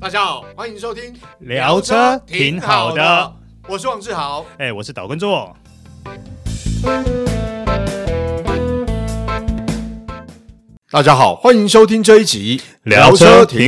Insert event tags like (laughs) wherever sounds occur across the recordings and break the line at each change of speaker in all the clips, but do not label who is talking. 大家好，欢迎收听
聊车挺好的，
我是王志豪。
哎、我是岛根座。
大家好，欢迎收听这一集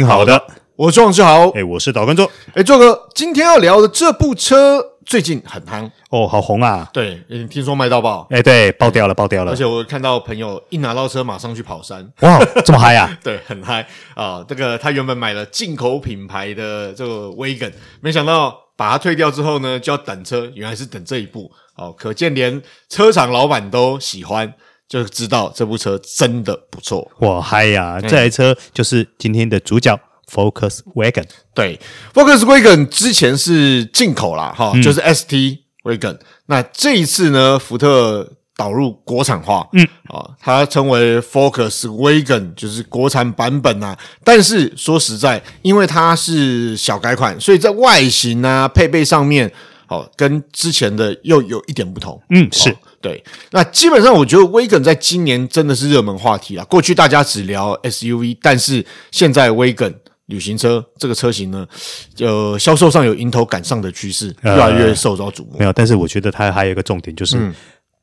好的。
我是王志豪。
哎、我是岛根座。
哎，做哥，今天要聊的这部车最近很夯，
哦，好红啊！
对，嗯听说卖到爆，
哎、对，爆掉了，爆掉了
而！且我看到朋友一拿到车马上去跑山，
哇，这么嗨
(laughs)
啊！
对，很嗨啊！这个他原本买了进口品牌的这个 Wagon，没想到把它退掉之后呢，就要等车，原来是等这一步哦，可见连车厂老板都喜欢，就知道这部车真的不错。
哇，嗨呀、这台车就是今天的主角 Focus Wagon。
对，Focus Wagon 之前是进口啦，哈、就是 ST Wagon，那这一次呢，福特。导入国产化，嗯，啊、它称为 Focus Wagon，就是国产版本啊。但是说实在，因为它是小改款，所以在外形啊、配备上面，哦，跟之前的又有一点不同。
嗯，是
哦，对。那基本上，我觉得 Wagon 在今年真的是热门话题啦。过去大家只聊 SUV，但是现在 Wagon 旅行车这个车型呢，呃，销售上有迎头赶上的趋势，
呃
越来越受到瞩目。
没有，但是我觉得它还有一个重点，就是、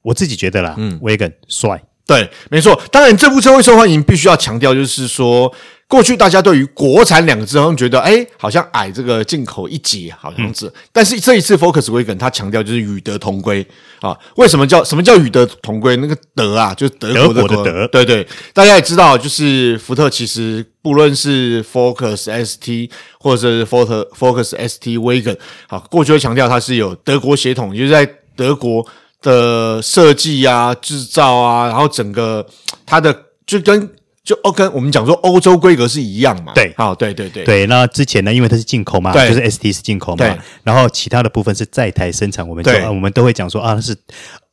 我自己觉得啦、w a g o n 帅。
对，没错。当然，这部车会受欢迎，必须要强调，就是说，过去大家对于“国产”两个字，好像觉得，哎，好像矮这个进口一截，好像
嗯
是。但是这一次 Focus Wagon 它强调就是与德同归啊。为什么叫什么叫与德同归？那个德啊，就是德国的
德国的德
对对，大家也知道，就是福特其实不论是 Focus ST 或者是 Focus Focus ST Wagon，好，过去会强调它是有德国血统，就是在德国的设计啊、制造啊，然后整个它的就跟就哦跟我们讲说欧洲规格是一样嘛，
对
好，对对对
对，那之前呢，因为它是进口嘛，
对
就是 ST 是进口
对
嘛，然后其他的部分是在台生产，我们就、
对
啊、我们都会讲说啊是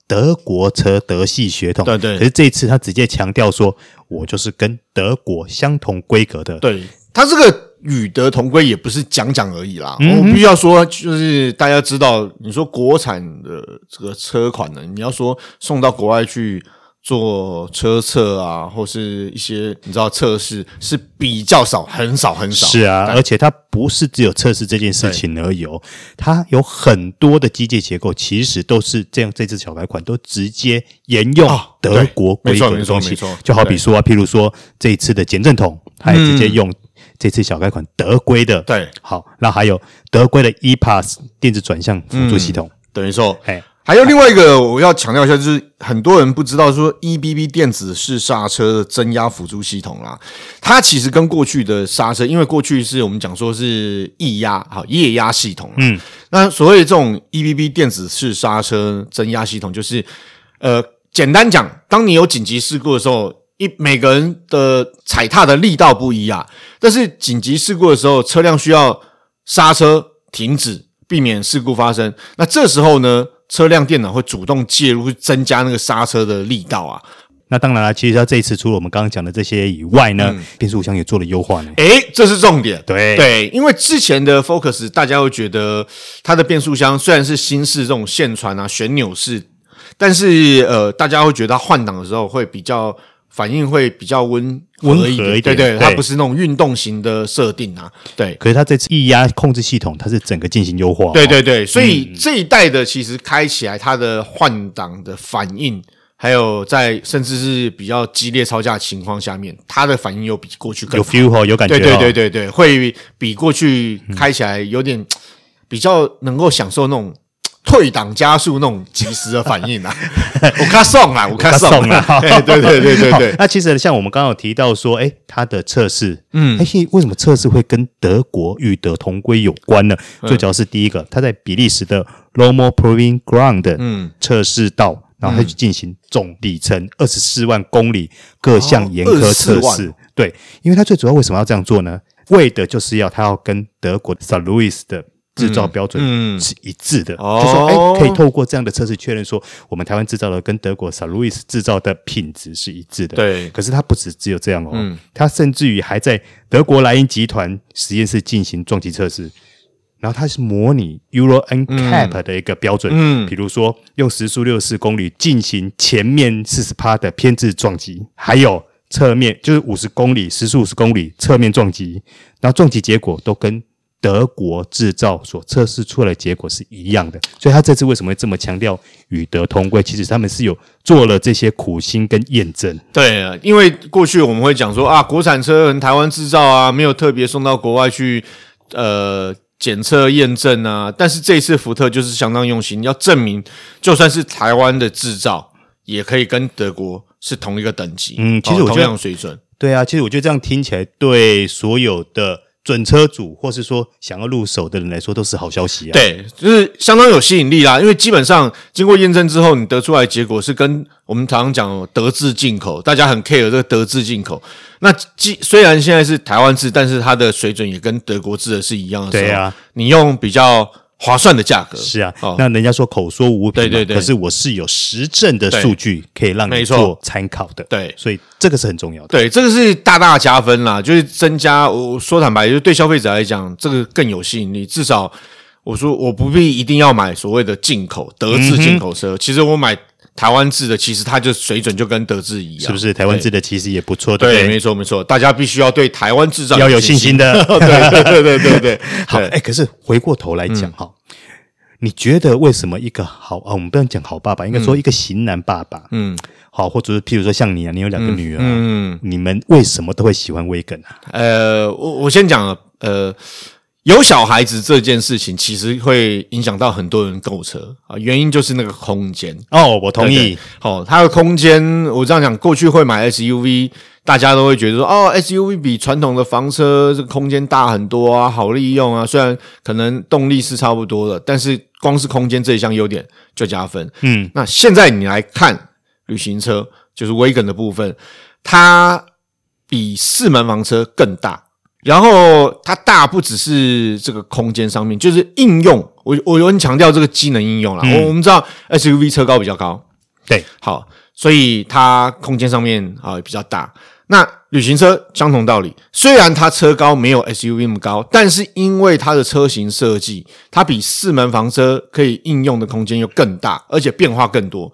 德国车德系血统，
对对
可是这一次他直接强调说，我就是跟德国相同规格的，
对，它这个与德同归也不是讲讲而已啦。我必须要说，就是大家知道，你说国产的这个车款呢，你要说送到国外去做车测啊，或是一些你知道测试是比较少，很少很少。
是啊，而且它不是只有测试这件事情而已哦，它有很多的机械结构，其实都是这样，这次小改款都直接沿用
哦
德国规格
对没
的
错
东
没
西
错没错，
就好比说啊，譬如说这一次的减震筒，它也直接用这次小改款德规的，
嗯对，
好，那还有德规的 E ePass 电子转向辅助系统，
等于说，
哎，
还有另外一个我要强调一下，就是很多人不知道说 EBB 电子式刹车的增压辅助系统啦，它其实跟过去的刹车，因为过去是我们讲说是液压好液压系统，嗯，那所谓这种 EBB 电子式刹车增压系统，就是呃，简单讲，当你有紧急事故的时候。一每个人的踩踏的力道不一样，但是紧急事故的时候，车辆需要刹车停止，避免事故发生。那这时候呢，车辆电脑会主动介入，去增加那个刹车的力道啊。
那当然了，其实它这一次除了我们刚刚讲的这些以外呢，变速箱也做了优化呢，
诶，这是重点。
对
嗯对，因为之前的 Focus 大家会觉得它的变速箱虽然是新式这种线传啊旋钮式，但是呃，大家会觉得它换挡的时候会比较反应会比较温
温和
一
一
对
点
对，
对
它不是那种运动型的设定啊，对。
可是它这次液压控制系统，它是整个进行优化哦，
对对对，所以这一代的其实开起来它的换挡的反应，还有在甚至是比较激烈超价的情况下面，它的反应又比过去更
有
好
feel 哦，有感觉、
对
哦，
对对对对，会比过去开起来有点比较能够享受那种退档加速那种及时的反
(laughs)
应啊。我看送啦，我看送
送了
啦， (laughs) 哎对对对对对
好。那其实像我们刚刚有提到说，哎，它的测试，嗯，哎，为什么测试会跟德国与德同归有关呢？
嗯
最主要是第一个，它在比利时的 Lomo Proving Ground，嗯，测试到。然后它去进行总里程二十四万公里各
哦
项严苛测
24
试，
万
对，因为它最主要为什么要这样做呢？为的就是要它要跟德国 s a n Louis 的制造标准是一致的，
嗯哦
就说哎，可以透过这样的测试确认说，我们台湾制造的跟德国 s a n Louis 制造的品质是一致的。
对
可是它不只只有这样哦，它甚至于还在德国莱茵集团实验室进行撞击测试。然后它是模拟 Euro NCAP 的一个标准，嗯，比如说用时速六十公里进行前面四十趴的偏置撞击，还有侧面就是五十公里时速五十公里侧面撞击，然后撞击结果都跟德国制造所测试出来的结果是一样的，所以他这次为什么会这么强调与德同归？其实他们是有做了这些苦心跟验证。
对，因为过去我们会讲说啊，国产车可能台湾制造啊，没有特别送到国外去，呃。检测验证啊，但是这一次福特就是相当用心，要证明就算是台湾的制造，也可以跟德国是同一个等级，
嗯其实
哦
我觉
同
得
样的水准。
对啊，其实我觉得这样听起来，对所有的准车主或是说想要入手的人来说，都是好消息啊。，
对，就是相当有吸引力啦。因为基本上经过验证之后，你得出来的结果是跟我们常常讲哦德制进口，大家很 care 这个德制进口。那既虽然现在是台湾制，但是它的水准也跟德国制的是一样的。
对啊，
你用比较划算的价格，
是啊。
哦
那人家说口说无凭
对
嘛，
对对
可是我是有实证的数据可以让
没
你
错
做参考的。
对
所以这个是很重要的。
对，这个是大大加分啦，就是增加。我我说坦白，就是对消费者来讲，这个更有吸引力。至少我说我不必一定要买所谓的进口德制进口
嗯
车，其实我买台湾制的，其实它就水准就跟德制一样，
是不是台湾制的其实也不错，对
啊对？
不
对，没错没错，大家必须要对台湾制造
要有信
信 (laughs) 哦
心。的。
对对对对对对，
(laughs) 好，
对嗯
哎、可是回过头来讲哈、你觉得为什么一个好啊？我们不能讲好爸爸，应该
嗯
说一个型男爸爸，嗯，好，或者是譬如说像你啊，你有两个女儿、嗯，你们为什么都会喜欢威根啊？
呃，我我先讲了，呃，有小孩子这件事情，其实会影响到很多人购车啊，原因就是那个空间。
哦，我同
对
意
对，哦，它的空间，我这样讲，过去会买 SUV，大家都会觉得说，哦，SUV 比传统的房车这个空间大很多啊，好利用啊。虽然可能动力是差不多的，但是光是空间这一项优点就加分。
嗯，
那现在你来看旅行车，就是威根的部分，它比四门房车更大。然后它大不只是这个空间上面，就是应用。我我有很强调这个机能应用啦。我我们知道 SUV 车高比较高，
嗯对，
好，所以它空间上面啊、也比较大。那旅行车相同道理，虽然它车高没有 SUV 那么高，但是因为它的车型设计，它比四门房车可以应用的空间又更大，而且变化更多。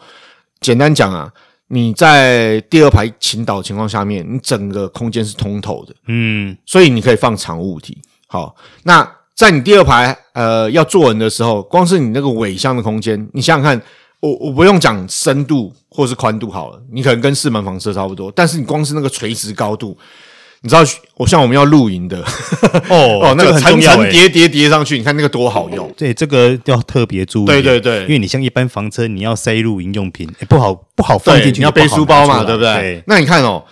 简单讲啊，你在第二排倾倒的情况下面，你整个空间是通透的。
嗯，
所以你可以放长物体。好，那在你第二排呃要坐人的时候，光是你那个尾箱的空间，你想想看，我我不用讲深度或是宽度好了，你可能跟四门房车差不多，但是你光是那个垂直高度，你知道，我像我们要露营的， (laughs)
哦
哦，那
这
个
很
层
重要
层
哎
叠叠叠上去，你看那个多好用。
对，这个要特别注意。啊
对对对
因为你像一般房车，你要塞露营用品，哎不好不好放进
对，
去，
你要
也不好
背书包嘛，
拿出来
对不对？
对？
那你看哦，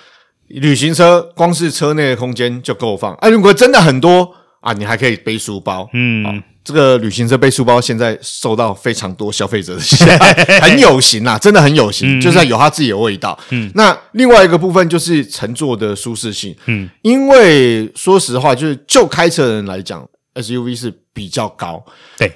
旅行车光是车内的空间就够放，哎、如果真的很多啊，你还可以背书包。嗯、这个旅行车背书包现在受到非常多消费者的喜
(laughs)
爱，很有型啊，真的很有
嗯
型，就是有它自己的味道。嗯，那另外一个部分就是乘坐的舒适性。嗯，因为说实话，就是就开车的人来讲，SUV 是比较高。
对，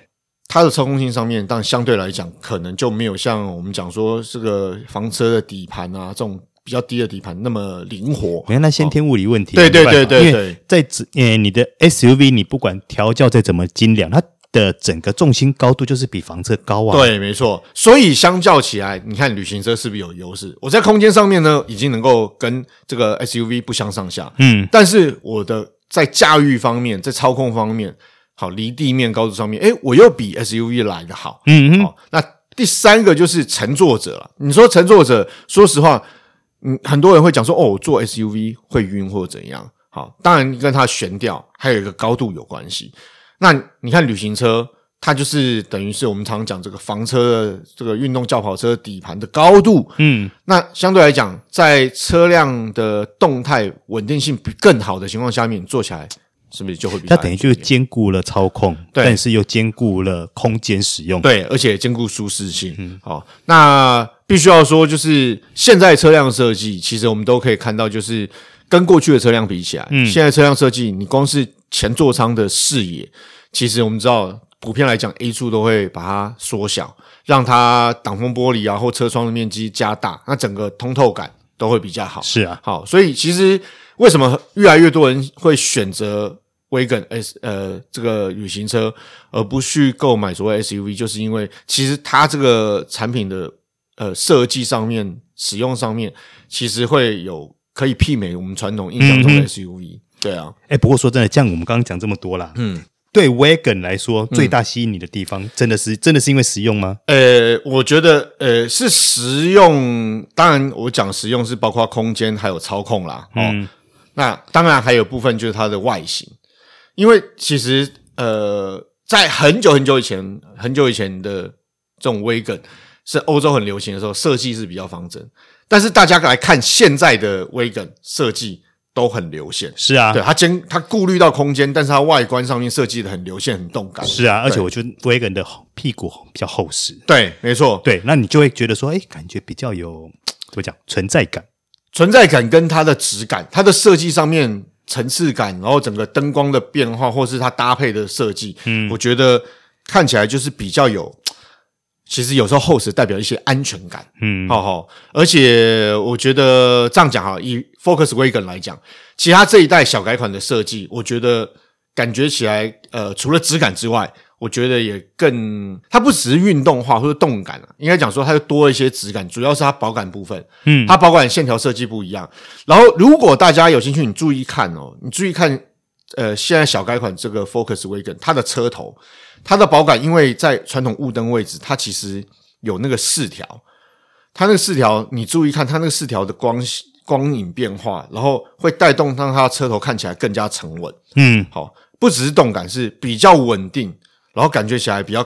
它的操控性上面，但相对来讲，可能就没有像我们讲说这个房车的底盘啊这种比较低的底盘那么灵活。
我看那先天物理问题，
对对
没办法
对对
因为在只呃你的 SUV，你不管调教再怎么精良，它的整个重心高度就是比房车高啊。，
对，没错。所以相较起来，你看旅行车是不是有优势？我在空间上面呢，已经能够跟这个 SUV 不相上下。
嗯，
但是我的在驾驭方面，在操控方面，好离地面高度上面，诶，我又比 SUV 来的好。
嗯嗯，
哦，那第三个就是乘坐者了。你说乘坐者，说实话，嗯，很多人会讲说，哦，我坐 SUV 会晕或怎样。好，当然跟它的悬吊还有一个高度有关系。那你看旅行车，它就是等于是我们常讲这个房车的这个运动轿跑车底盘的高度，
嗯，
那相对来讲，在车辆的动态稳定性比更好的情况下面，你坐起来是不是就会比较
它等于就是兼顾了操控，
对
但是又兼顾了空间使用。
对，而且兼顾舒适性。好、那必须要说，就是现在车辆设计，其实我们都可以看到，就是跟过去的车辆比起来，现在车辆设计，你光是前座舱的视野，其实我们知道，普遍来讲，A 柱都会把它缩小，让它挡风玻璃啊或车窗的面积加大，那整个通透感都会比较好。
是啊，
好，所以其实为什么越来越多人会选择 Wagon S 呃这个旅行车，而不去购买所谓 SUV，就是因为其实它这个产品的呃设计上面、使用上面，其实会有可以媲美我们传统印象中的 SUV。对啊，
哎，不过说真的，像我们刚刚讲这么多啦，嗯，对 wagon 来说，
嗯
最大吸引你的地方，真的是真的是因为实用吗？
呃，我觉得呃是实用，当然我讲实用是包括空间还有操控啦。哦，那当然还有部分就是它的外形，因为其实呃在很久很久以前，很久以前的这种 wagon 是欧洲很流行的时候，设计是比较方正，但是大家来看现在的 wagon 设计都很流线。
是啊
对，它兼它顾虑到空间，但是它外观上面设计的很流线、很动感。
是啊，而且我觉得 wagon 的屁股比较厚实，
对，没错，
对，那你就会觉得说，哎，感觉比较有怎么讲存在感。
存在感跟它的质感，它的设计上面层次感，然后整个灯光的变化，或是它搭配的设计，嗯，我觉得看起来就是比较有。其实有时候厚实代表一些安全感，
嗯，
好好、而且我觉得这样讲哈，以 Focus Wagon 来讲，其他这一代小改款的设计，我觉得感觉起来，呃，除了质感之外，我觉得也更，它不只是运动化或者动感啊，应该讲说它又多了一些质感，主要是它保感部分，
嗯
它保感线条设计不一样。然后如果大家有兴趣，你注意看哦，你注意看，呃，现在小改款这个 Focus Wagon 它的车头，它的保杆因为在传统雾灯位置，它其实有那个饰条，它那个饰条，你注意看，它那个饰条的光光影变化，然后会带动让它的车头看起来更加沉稳。
嗯，
好，不只是动感，是比较稳定，然后感觉起来比较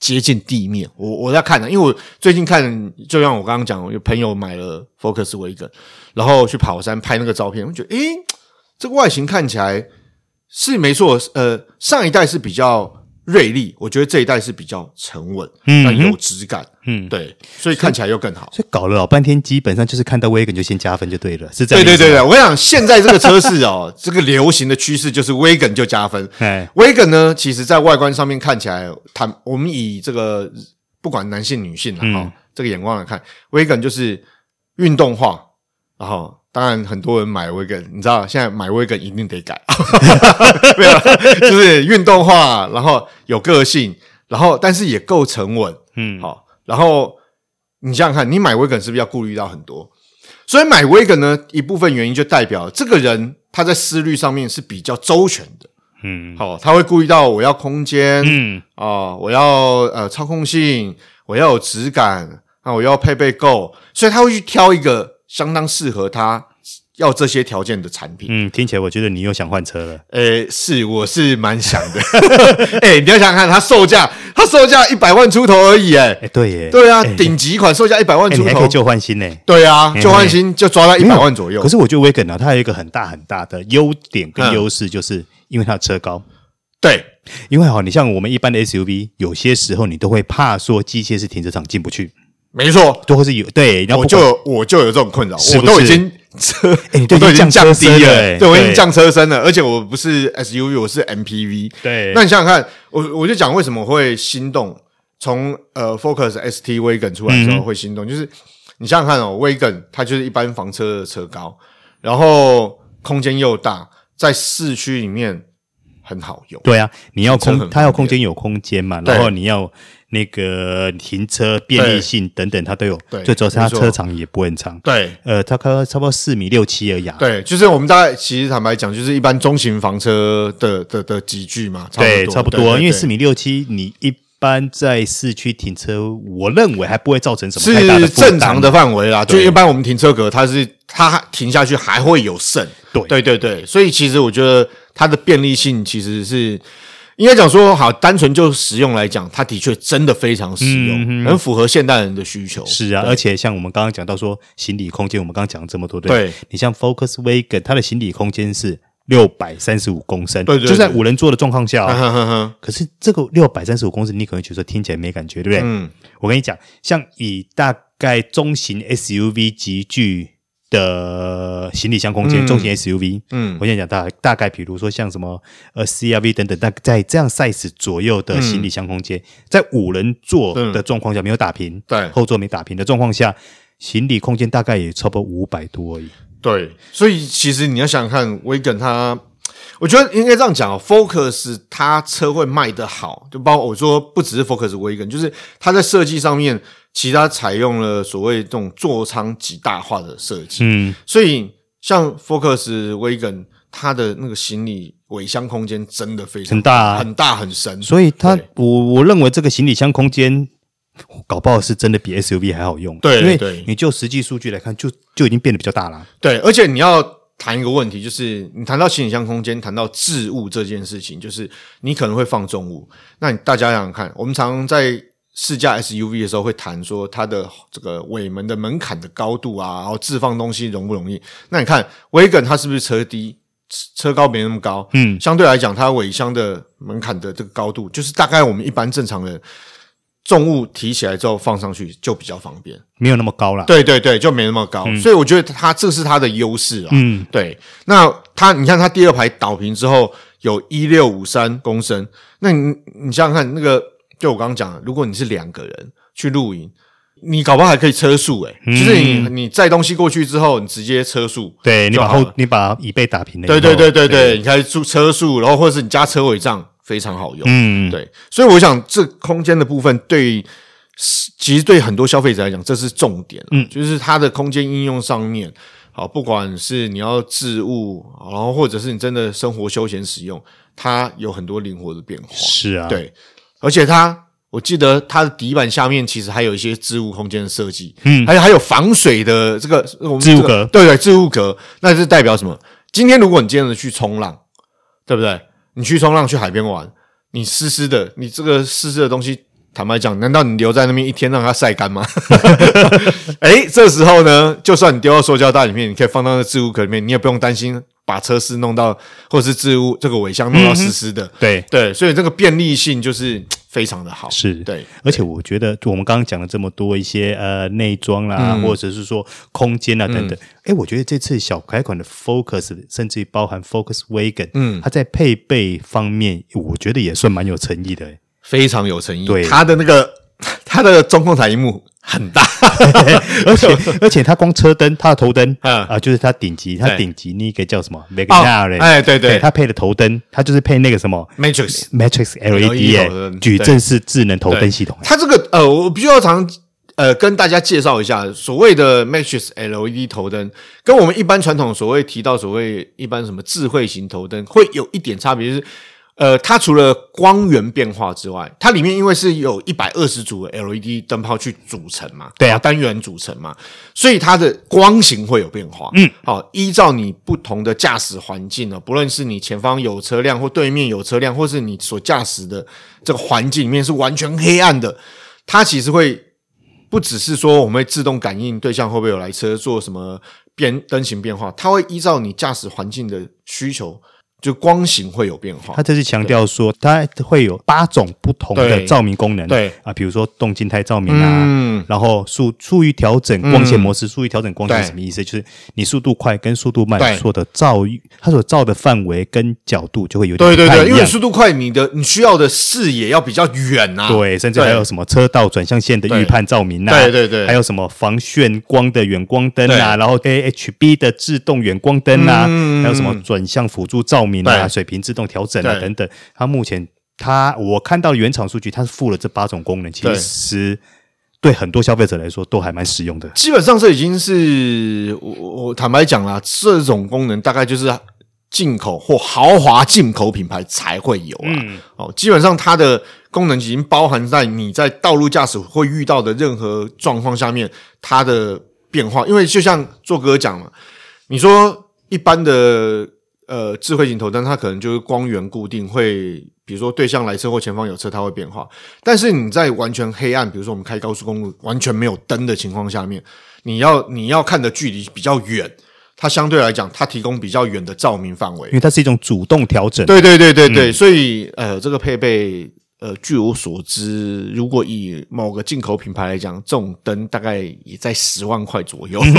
接近地面。我我在看呢，啊因为我最近看，就像我刚刚讲，我有朋友买了 Focus Wagon，然后去跑山拍那个照片，我觉得，诶，这个外形看起来是没错，呃，上一代是比较锐利，我觉得这一代是比较沉稳，
嗯
但有质感，
嗯
对，所以看起来又更好。
所以搞了老半天，基本上就是看到 wagon 就先加分就对了，是这
对
样。
对对，对，我跟你讲，现在这个车市哦， (laughs) 这个流行的趋势就是 Wagon 就加分，
哎，
Wagon 呢，其实在外观上面看起来，它我们以这个不管男性女性啦，哈、
嗯
这个眼光来看，Wagon 就是运动化，然后当然很多人买 Wagon，你知道现在买 Wagon 一定得改， (laughs) 没有啦，就是运动化，然后有个性，然后但是也够沉稳，
嗯，
好、然后你想想看，你买 Wagon 是不是要顾虑到很多？所以买 Wagon 呢，一部分原因就代表这个人他在思虑上面是比较周全的。
嗯
好、他会顾虑到我要空间啊、
嗯，
我要呃操控性，我要有质感，啊，我要配备够，所以他会去挑一个相当适合他要这些条件的产品。
嗯，听起来我觉得你又想换车了。
诶、是，我是蛮想的。 (laughs) 诶、你要想想看，它售价，它售价一百万出头而已、诶，
哎，对耶，
对啊，
哎
顶级款售价一百万
哎，
出
你还
头，
可以旧换新呢。
对啊，
嘿
旧换新就抓到一百万左右
嗯可。是我觉得 wagon 啊，它有一个很大很大的优点跟
嗯
优势，就是因为它的车高。
对，
因为哈，哦你像我们一般的 SUV，有些时候你都会怕说机械式停车场进不去，
没错，
都会是有对，然
我
后不
就
管
有我就有这种困扰，
是
我
不
都已
是
经车，
哎你
我
都已
都已
经
经
降
降
车
低
身了
了，
哎
对我已经
对
降车身了，而且我不是 SUV，我是 MPV。
对
那你想想看，我我就讲为什么会心动，从呃 Focus ST Wagon 出来之
嗯
后会心动，就是你想想看哦，Wagon 它就是一般房车的车高，然后空间又大，在市区里面很好用。
对啊，你要
停车
空，
很
它要
方
空间有空间嘛，
对
然后你要那个停车便利性等等，它都有
对。
最主要是它
没错
车长也不会很长，
对，
呃，它差不多四米六七而已啊。
对，就是我们大概其实坦白讲，就是一般中型房车的的的集距嘛，差不多，
对，差不
对
多，啊
对
因为
对
四米六七，你一般在市区停车，我认为还不会造成什么太大的
是
负担
正常的。范围啦，就
对
一般我们停车格，它是它停下去还会有剩，
对
对对对，所以其实我觉得它的便利性其实是应该讲说，好，单纯就实用来讲，它的确真的非常实用，很符合现代人的需求。
嗯
(laughs)
是啊，而且像我们刚刚讲到说行李空间，我们刚刚讲了这么多，对不
对
你像 Focus Wagon，它的行李空间是六百三十五公升，
对对对
就在五人座的状况下、
哼
哦。
哼哼哼，
可是这个六百三十五公升，你可能觉得说听起来没感觉，对不对？
嗯，
我跟你讲，像以大概中型 SUV 集聚的行李箱空间，
嗯
中型 SUV，
嗯
我跟你讲大大概，比如说像什么呃 CRV 等等，大概在这样 size 左右的行李箱空间，在五人座的状况下没有打平，
嗯对
后座没打平的状况下，行李空间大概也差不多五百多而已。
对，所以其实你要想想看，威根它，我觉得应该这样讲哦，Focus 它车会卖得好，就包括我说不只是 Focus 威根，就是它在设计上面，其实它采用了所谓这种座舱极大化的设计，
嗯，
所以像 Focus 威根它的那个行李尾箱空间真的非常
很大啊
很大很深，
所以它
对
我我认为这个行李箱空间。搞不好是真的比 SUV 还好用，
对
因
对
为你就实际数据来看，就就已经变得比较大啦。
对，而且你要谈一个问题，就是你谈到行李箱空间，谈到置物这件事情，就是你可能会放重物。那你大家想想看，我们常在试驾 SUV 的时候会谈说它的这个尾门的门槛的高度啊，然后置放东西容不容易？那你看 Wagon 它是不是车低？车高没那么高，
嗯
相对来讲，它尾箱的门槛的这个高度，就是大概我们一般正常人重物提起来之后放上去就比较方便。
没有那么高啦。
对对对，就没那么高，所以我觉得它这是它的优势啊。
嗯，
对，那它你看它第二排倒平之后有一六五三公升，那你你想想看，那个就我刚刚讲的，如果你是两个人去露营，你搞不好还可以车速诶、就是你你载东西过去之后，你直接车速。
对你把
就好了
后你把椅背打平了以
对
后，
对对对对，你开始住车速，然后或者是你加车尾帐，非常好用。
嗯，
对，所以我想这空间的部分对，其实对很多消费者来讲，这是重点。嗯，就是它的空间应用上面，好，不管是你要置物，然后或者是你真的生活休闲使用，它有很多灵活的变化。
是啊，
对，而且它，我记得它的底板下面其实还有一些置物空间的设计，嗯，还有还有防水的这个我们
置物
这个
格
对对，置物格，那是代表什么？今天如果你今天去冲浪，对不对？你去冲浪去海边玩，你湿湿的，你这个湿湿的东西。坦白讲，难道你留在那边一天让它晒干
(laughs)
吗？哎、这时候呢，就算你丢到塑胶袋里面，你可以放到那置物壳里面，你也不用担心把车丝弄到，或者是置物这个尾箱弄到湿湿的。
对
对，所以这个便利性就是非常的好。
是
对，
而且我觉得，我们刚刚讲了这么多一些呃内装啦，
嗯
或者是说空间啊等等，哎、我觉得这次小改款的 Focus，甚至于包含 Focus Wagon，嗯，它在配备方面，我觉得也算蛮有诚意的、
非常有诚意。
对
它的那个 (laughs) 它的中控台荧幕很大，
诶 (laughs) 而且而且它光车灯，它的头灯啊、
嗯
就是它顶级，它
对
顶级那个叫什么 v e g n a 嘞，
哎对对
它配的头灯，它就是配那个什么
Matrix。
Matrix LED
E 头
哎
灯
矩
对
阵式智能头灯系统、
它这个呃，我必须要常呃跟大家介绍一下，所谓的 Matrix LED 头灯，跟我们一般传统所谓提到所谓一般什么智慧型头灯，会有一点差别，就是呃，它除了光源变化之外，它里面因为是有一百二十组的 LED 灯泡去组成嘛，
对啊
单元组成嘛，所以它的光型会有变化。嗯，好、依照你不同的驾驶环境啊呢、不论是你前方有车辆，或对面有车辆，或是你所驾驶的这个环境里面是完全黑暗的，它其实会不只是说我们会自动感应对象会不会有来车做什么变灯型变化，它会依照你驾驶环境的需求，就光型会有变化
他。这次强调说，它会有八种不同的
对
照明功能，
对
啊，比如说动静态照明啊，
嗯
然后速速域调整光线模式，速域调整光线
对
什么意思？就是你速度快跟速度
对
慢所的照域，它所照的范围跟角度就会有点
对对
不太
对，
一
因为
样
你速度快，你的你需要的视野要比较远啊。
对，甚至还有什么车道转向线的预判照明啊，
对对对
还有什么防眩光的远光灯
对嗯
啊，然后 AHB 的自动远光灯啊，还有什么转向辅助照明啊、
对
水平自动调整啊
对
等等。它目前它我看到原厂数据，它是附了这八种功能，其
对
实对很多消费者来说都还蛮实用的。
基本上这已经是我我我坦白讲啦，这种功能大概就是进口或豪华进口品牌才会有啦。哦，基本上它的功能已经包含在你在道路驾驶会遇到的任何状况下面它的变化，因为就像做哥讲嘛，你说一般的呃智慧型头灯，它可能就是光源固定会。比如说对向来车或前方有车，它会变化。但是你在完全黑暗，比如说我们开高速公路完全没有灯的情况下面，你要你要看的距离比较远，它相对来讲，它提供比较远的照明范围
因。为它是一种主动调整，
对对对对对，所以呃，这个配备呃，据我所知，如果以某个进口品牌来讲，这种灯大概也在十万块左右。
(laughs)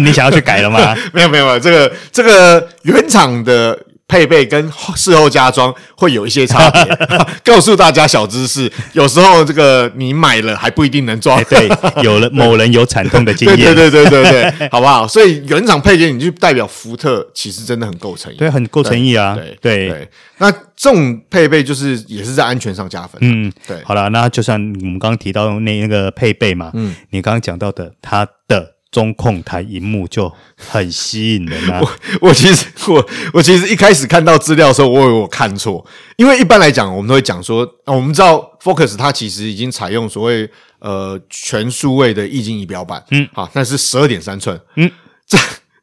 你想要去改了吗？
(laughs) 没有没有没有，这个这个原厂的配备跟后事后加装会有一些差别。告诉大家小知识，有时候这个你买了还不一定能装。
对，有了某人有惨痛的经
对
验，
对对对对对，好不好？所以原厂配给你，就代表福特其实真的很够诚意。
对很够诚意啊，
对对，那这种配备就是也是在安全上加分。
嗯，
对
好了，那就像我们刚刚提到那那个配备嘛，嗯，你刚刚讲到的，它的中控台荧幕就很吸引人啊。
(laughs) 我其实我我其实一开始看到资料的时候，我以为我看错，因为一般来讲我们都会讲说，啊我们知道 Focus 它其实已经采用所谓呃全数位的液晶仪表板，嗯，好、那是十二点三寸，嗯，这。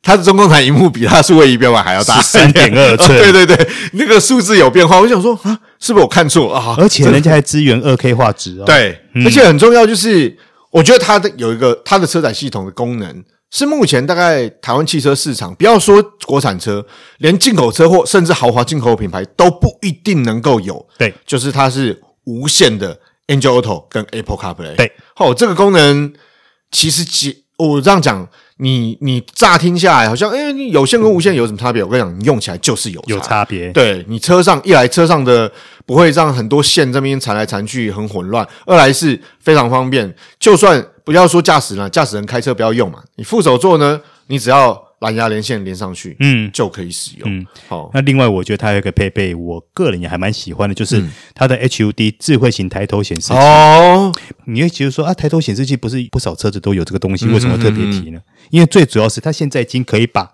它的中控台荧幕比它数位仪表板还要大，
13.2
(laughs)
寸
对对对，那个数字有变化，我想说啊，是不是我看错啊？
而且人家还支援二 K 画质哦。，
对，而且很重要就是，我觉得它的有一个它的车载系统的功能是目前大概台湾汽车市场，不要说国产车，连进口车或甚至豪华进口品牌都不一定能够有。
对，
就是它是无线的 Angel Auto 跟 Apple CarPlay。
对，
哦，这个功能其实几我这样讲。你你乍听下来好像，哎、有线跟无线有什么差别？我跟你讲，你用起来就是有
有差别。
对你车上一来车上的不会让很多线这边缠来缠去很混乱，二来是非常方便，就算不要说驾驶了，驾驶人开车不要用嘛，你副手座呢，你只要蓝牙连线连上去，
嗯，
就可以使用。嗯，好、
那另外，我觉得它有一个配备，我个人也还蛮喜欢的，就是
嗯
它的 HUD 智慧型抬头显示器。
哦，
你会觉得说啊，抬头显示器不是不少车子都有这个东
嗯
西，为什么特别提呢？因为最主要是它现在已经可以把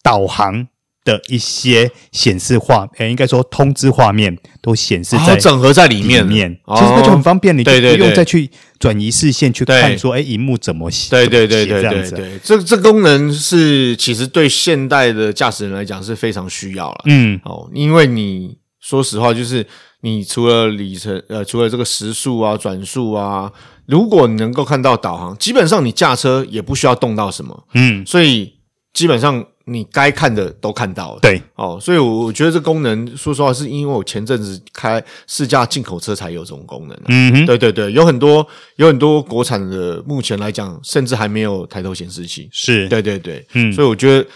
导航的一些显示画，哎诶，应该说通知画面都显示在
哦整合在里
里
面了，
面，
哦
其实那就很方便，你就
对对
不用
对
再去转移视线去
对
看说，哎，荧幕怎么写？
对对对
怎
对
么写这样
对
子。啊
对，这这功能是其实对现代的驾驶人来讲是非常需要了。
嗯，
哦，因为你说实话，就是你除了里程，呃，除了这个时速啊、转速啊，如果你能够看到导航，基本上你驾车也不需要动到什么，
嗯，
所以基本上你该看的都看到了。
对，
哦，所以我我觉得这功能，说实话，是因为我前阵子开试驾进口车才有这种功能、啊。
嗯哼，
对对对，有很多有很多国产的，目前来讲，甚至还没有抬头显示器。
是，
对对对，
嗯
所以我觉得，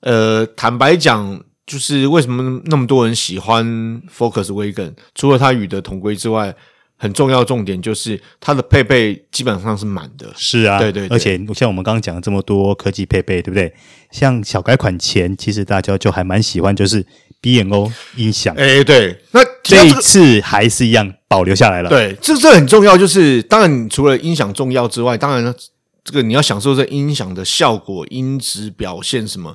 呃，坦白讲，就是为什么那么多人喜欢 Focus Wagon，除了它与的同归之外，很重要的重点就是它的配备基本上是满的。
是啊，
对对对
而且像我们刚刚讲了这么多科技配备，对不对？像小改款前，其实大家就还蛮喜欢，就是 B N O 音响，
哎、对，那提到
这一
这个
次还是一样保留下来了。，
对，这这很重要，就是当然除了音响重要之外，当然这个你要享受这音响的效果、音质表现什么。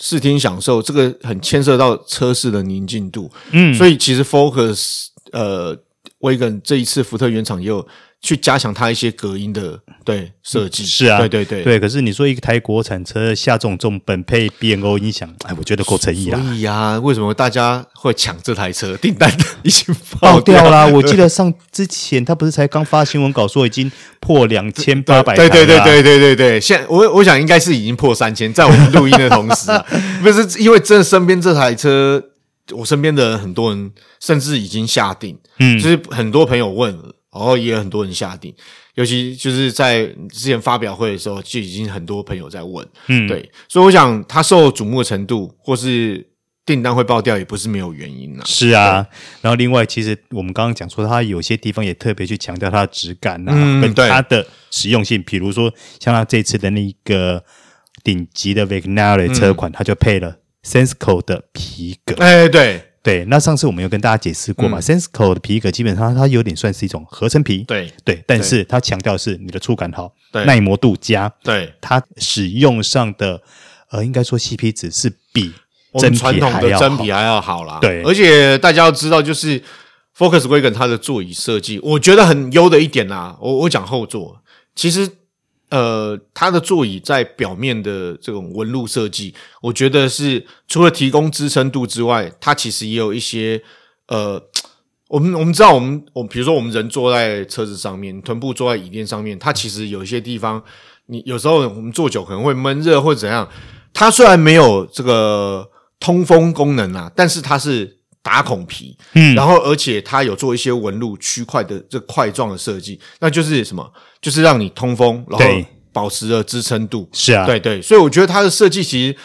视听享受这个很牵涉到车室的宁静度，嗯，所以其实 Focus 呃 Wagon 这一次福特原厂也有去加强它一些隔音的对设计，
是啊，
对对对，
对。可是你说一个台国产车下这种重本配 B N O 音响，哎，我觉得够诚意
所
啦。
以啊，为什么大家会抢这台车？订单已经
爆
掉
掉啦！我记得上之前他不是才刚发新闻稿说已经破两千八百，
对对对对对对对，现在我我想应该是已经破三千，在我们录音的同时、啊， (laughs) 不是因为这身边这台车，我身边的人很多人甚至已经下定，嗯，就是很多朋友问，然后也有很多人下定，尤其就是在之前发表会的时候，就已经很多朋友在问，嗯，对，所以我想它受瞩目的程度，或是订单会爆掉，也不是没有原因啦、
是啊，然后另外，其实我们刚刚讲说，它有些地方也特别去强调它的质感啊，
嗯
跟
对
它的实用性。比如说，像它这次的那个顶级的 Vignale 车款，它就配了 Sensco 的皮革。
哎、嗯对嗯
对，那上次我们有跟大家解释过嘛、s e n s c o 的皮革基本上它有点算是一种合成皮，
对
对，但是它强调的是你的触感好，
对
耐磨度佳，
对，
它使用上的呃，应该说 CP 值是比
我
真
们传
皮
统
还
的
要
真
好。
皮还啊要好啦。
对
而且大家要知道，就是 Focus Wagon 它的座椅设计，我觉得很优的一点啦。我我讲后座，其实呃，它的座椅在表面的这种纹路设计，我觉得是除了提供支撑度之外，它其实也有一些呃。我们我们知道，我们我比如说我们人坐在车子上面，臀部坐在椅垫上面，它其实有一些地方，你有时候我们坐久可能会闷热或者怎样。它虽然没有这个通风功能啊，但是它是打孔皮，嗯，然后而且它有做一些纹路区块的这块状的设计，那就是什么？就是让你通风，然
对
后保持了支撑度，
是啊，
对对，所以我觉得它的设计其实，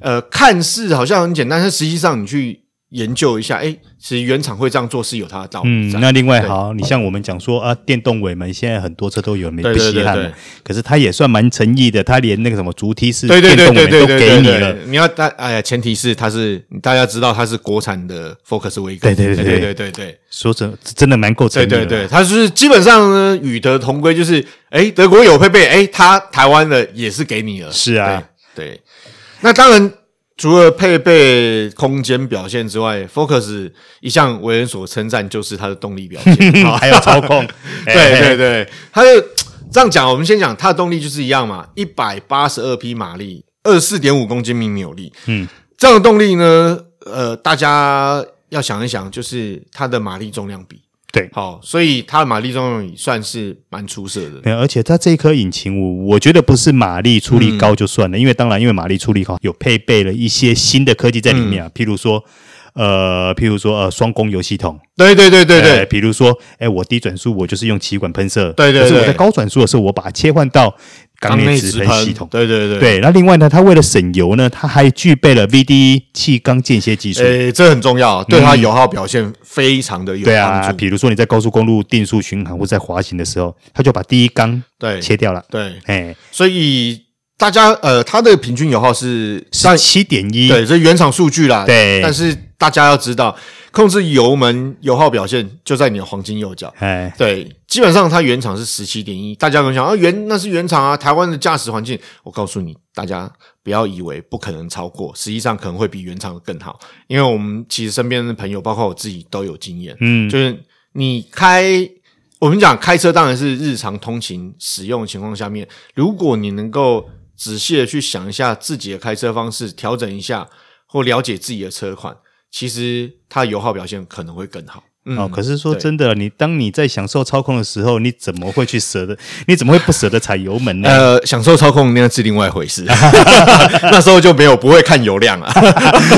呃，看似好像很简单，但实际上你去研究一下，哎，其实原厂会这样做是有啊它的道理
嗯，
在。
那另外
对
好，你像我们讲说啊，电动尾门现在很多车都有，没
对
不
对
稀
对
罕
对
嘛。可是它也算蛮诚意的，它连那个什么竹梯式
对对对
电动
对
尾门
对
都
对
给
对
你
对
了。
你要大哎呀，前提是它是大家知道它是国产的 Focus 威
对
根，
对
对
对对
对对对
说真，真的蛮够诚
对
意的。
对对，它就是基本上呢与德同归，就是哎德国有配备，哎它台湾的也是给你了，
是啊
对，对。那当然，除了配备、空间表现之外，Focus 一向为人所称赞就是它的动力表
(laughs)
现，好，
嗯还有操控
(laughs)
哎
对对对，它就这样讲。我们先讲它的动力就是一样嘛，一百八十二匹马力，二十四点五公斤米扭力。
嗯，
这样的动力呢，呃，大家要想一想，就是它的马力重量比。
对
好，所以它的马力重量比算是蛮出色的。
哎没有，而且它这一颗引擎，我我觉得不是马力出力高就算了，
嗯
因为当然，因为马力出力高有配备了一些新的科技在里
嗯
面啊，譬如说，呃，譬如说呃双供油系统，
对对对对
呃
对，
比如说，哎、我低转速我就是用气管喷射，
对对对
可是我在高转速的时候，我把它切换到缸
缸
内
内
直
直
喷系统。
对对对。
对，那另外呢，它为了省油呢，它还具备了 VDE 气缸间歇技术。
诶、哎这很重
嗯
要，对它油耗表现非常的有
对
帮
啊，
助。
比如说你在高速公路定速巡航或在滑行的时候，它就把第一缸
对
啊切掉了。
对，
哎，
所以大家呃，它的平均油耗是
是七点一，
对，这原厂数据啦。
对
但是大家要知道，控制油门油耗表现就在你的黄金右脚。
哎，
对，基本上它原厂是十七点一，大家可能想啊，原那是原厂啊，台湾的驾驶环境，我告诉你，大家不要以为不可能超过，实际上可能会比原厂的更好，因为我们其实身边的朋友，包括我自己都有经验，
嗯，
就是你开，我们讲开车当然是日常通勤使用的情况下面，如果你能够仔细的去想一下自己的开车方式，调整一下或了解自己的车款，其实它油耗表现可能会更好。嗯，
哦，可是说
对
真的，你当你在享受操控的时候，你怎么会去舍得？你怎么会不舍得踩油门呢？
呃，享受操控那是另外一回事， (laughs) 那时候就没有不会看油量啊
(laughs)
了。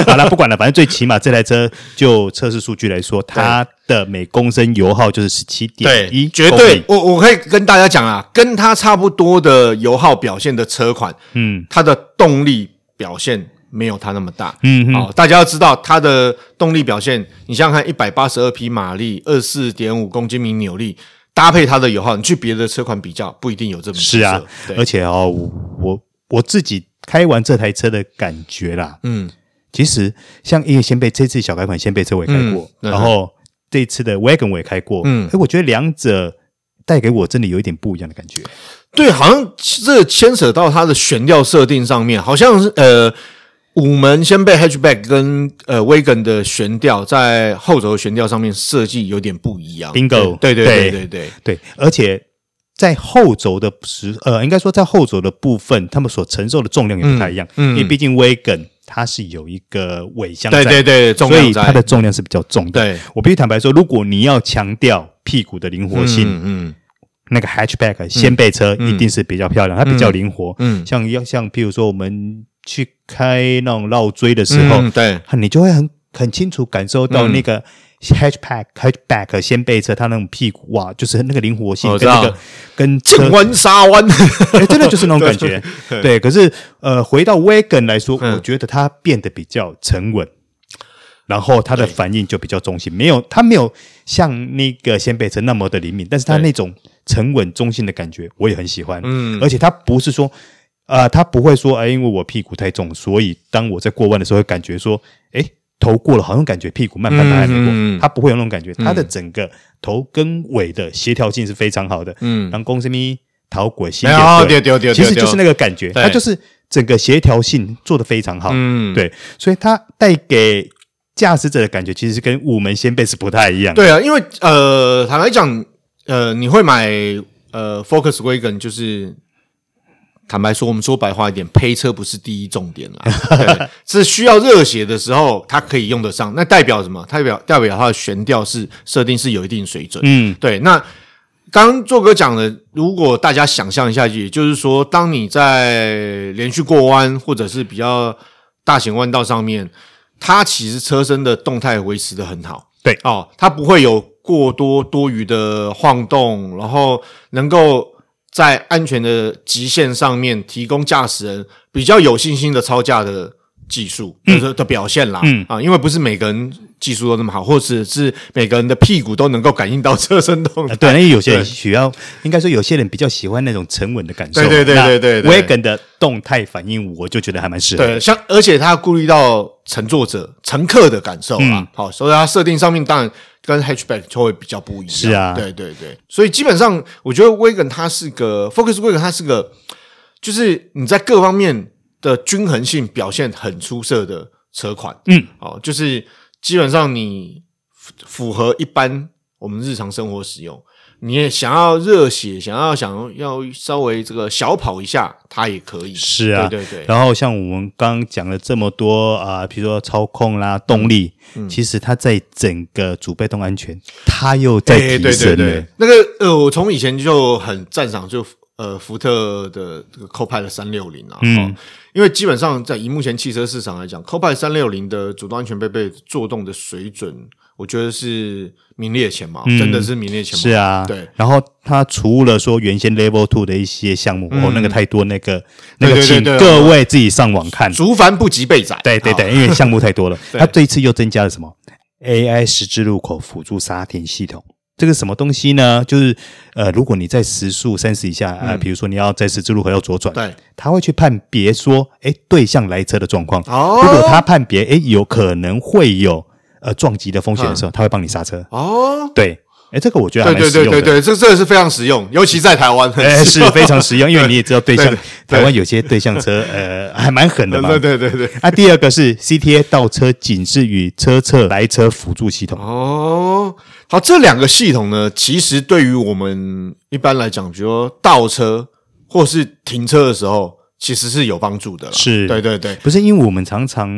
好了，不管了，反正最起码这台车就测试数据来说，它的每公升油耗就是十七点一，
绝对，我我可以跟大家讲啊，跟它差不多的油耗表现的车款，
嗯
它的动力表现没有它那么大。哦
嗯哼
好，大家要知道它的动力表现，你想想看，一百八十二匹马力，二四点五公斤米扭力，搭配它的油耗，你去别的车款比较，不一定有这么出色
是啊，而
对，
且哦，我我我自己开完这台车的感觉啦，
嗯，
其实像因为先辈这次小改款先辈车我也开过，
嗯
然后这次的 Wagon 我也开过，
嗯
哎，我觉得两者带给我真的有一点不一样的感觉，
对，好像这牵扯到它的悬吊设定上面，好像是呃。五门先辈 hatchback 跟呃 Wagon 的悬吊在后轴悬吊上面设计有点不一样。
Bingo
对对
对
对对对，
对，而且。在后轴的时，呃，应该说在后轴的部分，他们所承受的重量也不太一样，
嗯嗯
因为毕竟 Wagon 它是有一个尾箱在
对对
的，
对，重
所
量
以
在
它的重量是比较重的。
对
我必须坦白说，如果你要强调屁股的灵活性，
嗯嗯
那个 hatchback 掀背车一定是比较漂亮，它比较灵活。
嗯
像要像譬如说我们去开那种绕锥的时候，
嗯对嗯
啊你就会很很清楚感受到那个 hatchback、hatchback 掀背车它那种屁股哇，就是那个灵活性
哦我
跟那
知
个
道
跟车
进弯杀弯，
(laughs) 哎，真的就是那种感觉。对，可是呃，回到 Wagon 来说，
嗯
我觉得它变得比较沉稳，然后它的反应就比较中性，没有它没有像那个先辈车那么的灵敏，但是它
对
那种沉稳中性的感觉，我也很喜欢。
嗯
而且它不是说。呃，它不会说，哎、因为我屁股太重，所以当我在过弯的时候，会感觉说，哎、头过了，好像感觉屁股慢慢的还没过，
嗯嗯嗯嗯
它不会有那种感觉，它的整个头跟尾的协调性是非常好的。
嗯，
当公司咪讨鬼心
没有哦丢丢丢，
其实就是那
个，
个感觉，
对
它就是整个协调性做得非常
(laughs)
好，
嗯，
对，所以它带给驾驶者的感觉其实是跟五门掀背是不太一样的。
对啊，因为呃，坦白讲，呃，你会买呃 Focus Wagon 就是。坦白说，我们说白话一点，配车不是第一重点啦，对是需要热血的时候，它可以用得上。那代表什么？代表代表它的悬吊是设定是有一定水准。
嗯，
对，那刚刚做哥讲的，如果大家想象一下，也就是说，当你在连续过弯或者是比较大型弯道上面，它其实车身的动态维持的很好，
对
哦，它不会有过多多余的晃动，然后能够在安全的极限上面提供驾驶人比较有信心的超驾的技术的的表现啦，嗯啊，因为不是每个人技术都那么好，或者是每个人的屁股都能够感应到车身动态。
呃对，那有些人需要，应该说有些人比较喜欢那种沉稳的感受。
对对对对对对
w e g a n 的动态反应，我就觉得还蛮适合。
对，像而且他顾虑到乘坐者、乘客的感受
嗯
啊，好、所以它设定上面当然跟 hatchback 就会比较不一样。
是啊
对对对，所以基本上我觉得 Wagon 它是个 Focus Wagon，它是个就是你在各方面的均衡性表现很出色的车款。
嗯，
哦，就是基本上你符符合一般我们日常生活使用。你也想要热血，想要想要稍微这个小跑一下，它也可以。
是啊
对对对。
然后像我们刚刚讲了这么多啊、比如说操控啦、动力，
嗯
其实它在整个主被动安全，它又在
哎
提升
对对
了。
对，那个呃，我从以前就很赞赏就呃福特的这个 Copilot 三六零啊，
嗯
哦，因为基本上在以目前汽车市场来讲，Copilot 三六零的主动安全配备做动的水准，我觉得是名列前茅，真的是名列前茅。
嗯是啊，
对，
然后它除了说原先 Level Two 的一些项目，哦，那个太多，那个那
嗯对对
个，
对
请
对
各位自己上网看。
竹帆不及被宰。啊
对对
好
对，因为项目太多了。
(laughs) 对
它这一次又增加了什么 AI 十字路口辅助刹停系统。这个什么东西呢？就是呃，如果你在时速三十以下，呃，比如说你要在十字路口要左转，
嗯对，
它会去判别说，哎，对向来车的状况。
哦
如果它判别，哎，有可能会有呃撞击的风险的时候，它会帮你刹车。
哦，
对，哎，这个我觉得还
对
蛮
嗯对
实用
对
的。
对对，这这个是非常实用，尤其在台湾很
(laughs) 哎，
实 (laughs)
是
用。
非常实用，因为你也知道对
对
向
对
台湾有些对
(laughs)
向车，呃，还蛮狠的嘛。
对对对对，
啊，第二个是 CTA 倒车警示与车侧来车辅助系统。
哦，好，这两个系统呢，其实对于我们一般来讲，比如说倒车或是停车的时候，其实是有帮助的啦。
是
对对对，
不是因为我们常常，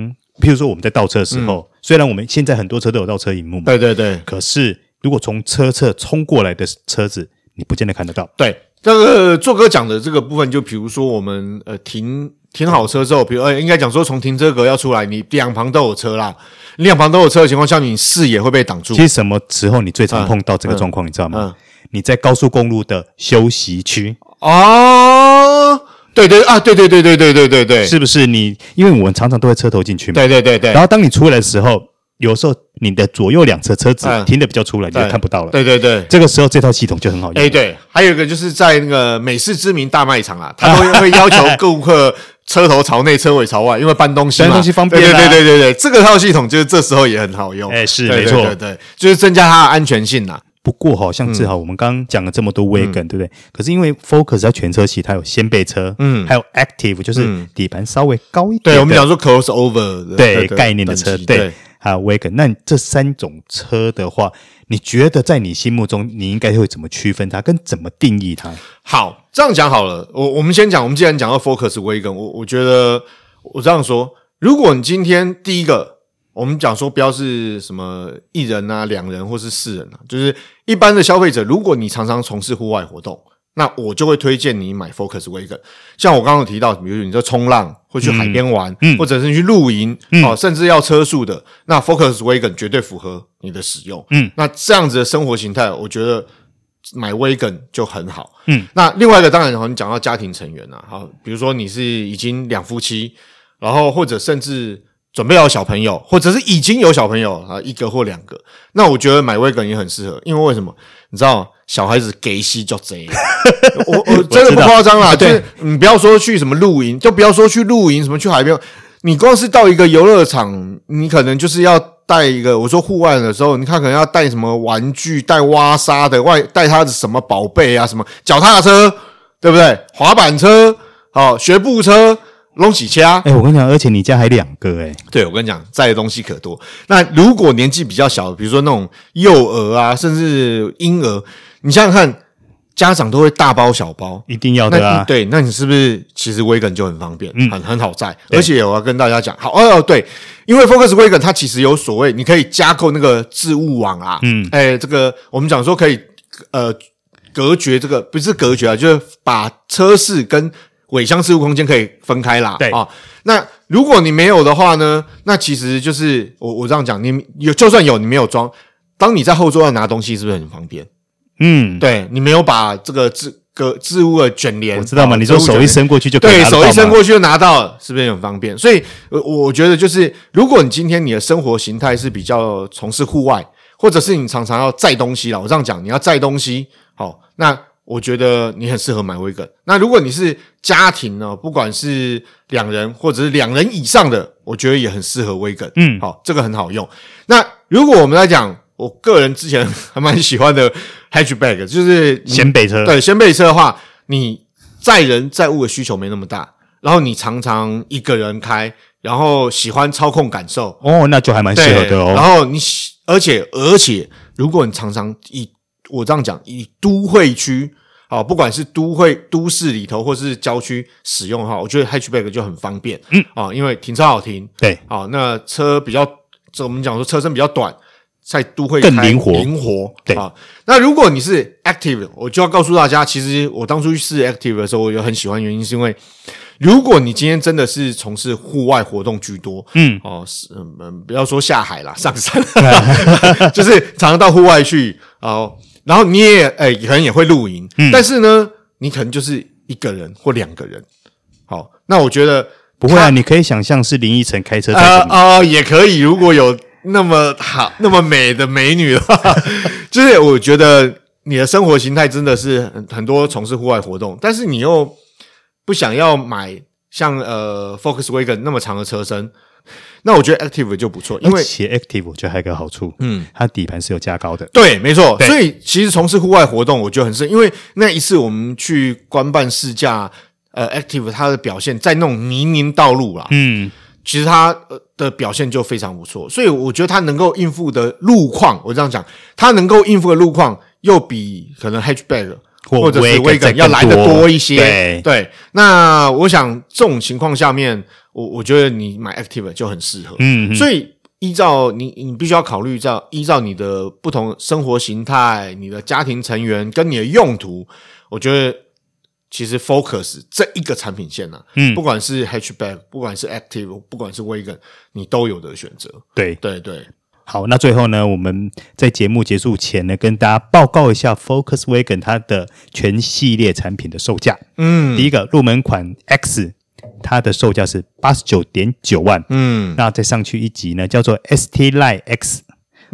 譬如说我们在倒车的时候，虽然我们现在很多车都有倒车荧幕嘛，
嗯对对对
可是如果从车侧冲过来的车子，你不见得看得到。
对。这个做哥讲的这个部分，就比如说我们呃停停好车之后，比如呃应该讲说从停车格要出来，你两旁都有车啦，你两旁都有车的情况下，你视野会被挡住
其。实什么时候你最
嗯
常碰到这个状况，你知道吗？你在高速公路的休息区，
哦，对对啊，对对对对对对对对，
是不是你？因为我们常常都会车头进去嘛。
对对对对
然，后当你出来的时候，有时候你的左右两侧车子
嗯
停的比较出来，你就
对
看不到了。
对对对。
这个时候这套系统就很好用。
哎、对，还有一个就是在那个美式知名大卖场啊，他都会要求顾客车头朝内，车尾朝外，因为搬东西嘛，
搬东西方便
对
啊
对对对对，这个套系统就是这时候也很好用。
哎是
对
没
对
错
对对，就是增加它的安全性啦、啊
不过好像志豪，我们刚刚讲了这么多
嗯
wagon，、对不对？可是因为 Focus 它全车系，它有掀背车，嗯，还有 Active，就是底盘稍微高一点
嗯对
的，
我们讲说 cross over 的
对
这个
概念的车，
等级
对，还有 wagon。那这三种车的话，你觉得在你心目中，你应该会怎么区分它，跟怎么定义它？
好，这样讲好了。我我们先讲，我们既然讲到 Focus Wagon，我我觉得我这样说，如果你今天第一个，我们讲说不要是什么一人啊、两人或是四人啊，就是一般的消费者，如果你常常从事户外活动，那我就会推荐你买 Focus Wagon。像我刚刚有提到，比如你在冲浪，或去海边玩，或者是你去露营，哦，甚至要车速的，那 Focus Wagon 绝对符合你的使用。
嗯，
那这样子的生活形态，我觉得买 Wagon 就很好。
嗯，
那另外一个当然，好，你讲到家庭成员啊，好，比如说你是已经两夫妻，然后或者甚至准备要有小朋友，或者是已经有小朋友啊，一个或两个，那我觉得买 Wagon 也很适合，因为为什么？你知道小孩子给息就贼， (laughs) 我我真的不夸张啦，就是你不要说去什么露营，就不要说去露营，什么去海边，你光是到一个游乐场，你可能就是要带一个，我说户外的时候，你看可能要带什么玩具，带挖沙的，外带他的什么宝贝啊，什么脚踏车，对不对？滑板车，好、学步车，龙喜掐，
哎、我跟你讲，而且你家还两个、哎，
对，我跟你讲，载的东西可多。那如果年纪比较小，比如说那种幼儿啊，甚至婴儿，你想想看，家长都会大包小包。
一定要
那
的啊！嗯
对，那你是不是其实 Wagon 就很方便，很很好载？而且我要跟大家讲，好哦，对，因为 Focus Wagon 它其实有所谓，你可以架构那个置物网啊，嗯，哎，这个我们讲说可以呃隔绝这个不是隔绝啊，就是把车室跟尾箱置物空间可以分开啦。
对
啊、那如果你没有的话呢，那其实就是我我这样讲，你有就算有你没有装，当你在后座要拿东西，是不是很方便？
嗯，
对你没有把这个置个置物的卷帘，
我知道嘛，
哦
你就
置物卷
手一
帘
伸过去就可以
对
拿得
手一
到
伸
嘛
过去就拿到了，是不是很方便？所以，呃我觉得就是，如果你今天你的生活形态是比较从事户外，或者是你常常要载东西啦，我这样讲，你要载东西，好，那我觉得你很适合买威梗。那如果你是家庭呢，不管是两人或者是两人以上的，我觉得也很适合威梗。
嗯
好，这个很好用。那如果我们来讲，我个人之前还蛮喜欢的 (laughs) hatchback，就是你
掀背车，
对，先备车的话，你载人载物的需求没那么大，然后你常常一个人开，然后喜欢操控感受，
哦，那就还蛮适合
对，
的
然
哦。
后你喜而且而且，如果你常常以我这样讲，以都会区。好，不管是都会、都市里头，或是郊区使用的话，我觉得 hatchback 就很方便。嗯，啊、因为停车好停，
对，
好、那车比较，这我们讲说车身比较短，在都会
更
开
灵活
灵活。
对
啊，那如果你是 active，我就要告诉大家，其实我当初是 active 的时候，我有很喜欢，原因是因为如果你今天真的是从事户外活动居多，
嗯，
哦，是嗯嗯，不要说下海啦，上
(laughs)
山，就是常常到户外去哦，然后你也哎、可能也会露营，
嗯
但是呢，你可能就是一个人或两个人。好，那我觉得
不会啊，你可以想象是林依晨开车
(laughs) 呃
在
哦，也可以，如果有那么好、那么美的美女的话， (laughs) 就是我觉得你的生活形态真的是很很多从事户外活动，但是你又不想要买像呃 Focus Wagon 那么长的车身，那我觉得 Active 就不错，因
而
为
且 Active 我觉得还有一个好处，嗯，它底盘是有加高的，
对，没错。
对
所以其实从事户外活动，我觉得很适合，因为那一次我们去官办试驾，呃，Active 它的表现在那种泥泞道路啊啦，
嗯，
其实它呃的表现就非常不错，所以我觉得它能够应付的路况，我这样讲，它能够应付的路况又比可能 hatchback
或
或者是
Wagon 再
wagon
更
要来的
多
多一些。
对
那我想这种情况下面，我我觉得你买 active 就很适合。
嗯，
所以依照你，你必须要考虑到依照你的不同生活形态、你的家庭成员跟你的用途，我觉得其实 focus 这一个产品线呢、啊，
嗯
不管是 hatchback，不管是 active，不管是 wagon，你都有的选择。
对。
对对，
好，那最后呢，我们在节目结束前呢，跟大家报告一下 Focus Wagon 它的全系列产品的售价。
嗯
第一个入门款 X，它的售价是八十九点九万，
嗯
那再上去一级呢，叫做 ST Line X，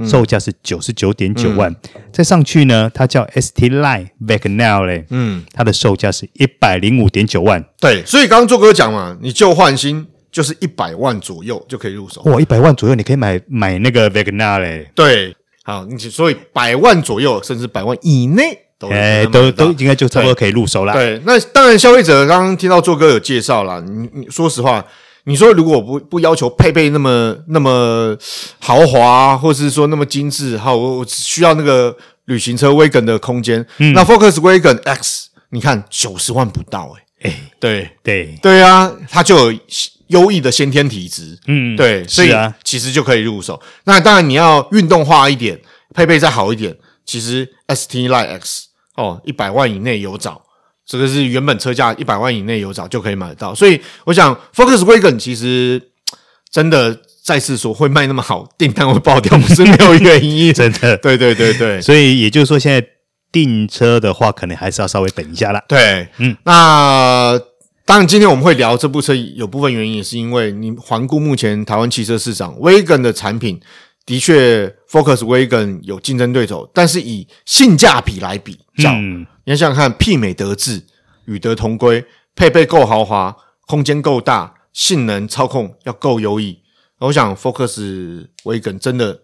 售价是九十九点九万。再上去呢，它叫 ST Line Back Now 嘞，
嗯，
它的售价是一百零五点九万。
对。所以刚刚做哥讲嘛，你旧换新就是一百万左右就可以入手。
哇，一百万左右你可以买买那个 Back Now 嘞，
对，好，你只所以百万左右，甚至百万以内都有可能
哎，
买得
都
到
都应该就差不多可以入手啦。
对，那当然，消费者刚刚听到做哥有介绍啦，你你说实话，你说如果不不要求配备那么那么豪华，或是说那么精致，好，我我只需要那个旅行车 Wagon 的空间，那 Focus Wagon X，你看九十万不到、欸，哎、对
对，
对啊，它就有优异的先天体质，
嗯，
对，所以
是啊，
其实就可以入手。那当然你要运动化一点，配备再好一点，其实 ST Line X 哦，一百万以内有找，这个是原本车价一百万以内有找就可以买得到。所以我想 Focus Wagon 其实嘖真的再次说会卖那么好，订单会爆掉不是没有原因。(laughs)
(laughs) 真的。
对对对对，
所以也就是说，现在订车的话，可能还是要稍微等一下啦。
对，
嗯，
那当然，今天我们会聊这部车，有部分原因也是因为你环顾目前台湾汽车市场，Wagon 的产品的确 Focus Wagon 有竞争对手，但是以性价比来比较，
嗯，
你要想想看，媲美德智，与德同归，配备够豪华，空间够大，性能操控要够优异。我想 Focus Wagon 真的，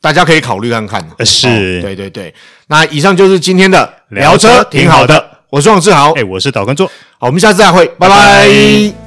大家可以考虑看看。
呃是
哦对对对。那以上就是今天的
聊车挺好的，
我是王志豪，
哎，我是导观众。
好，我们下次再会，拜拜。
拜拜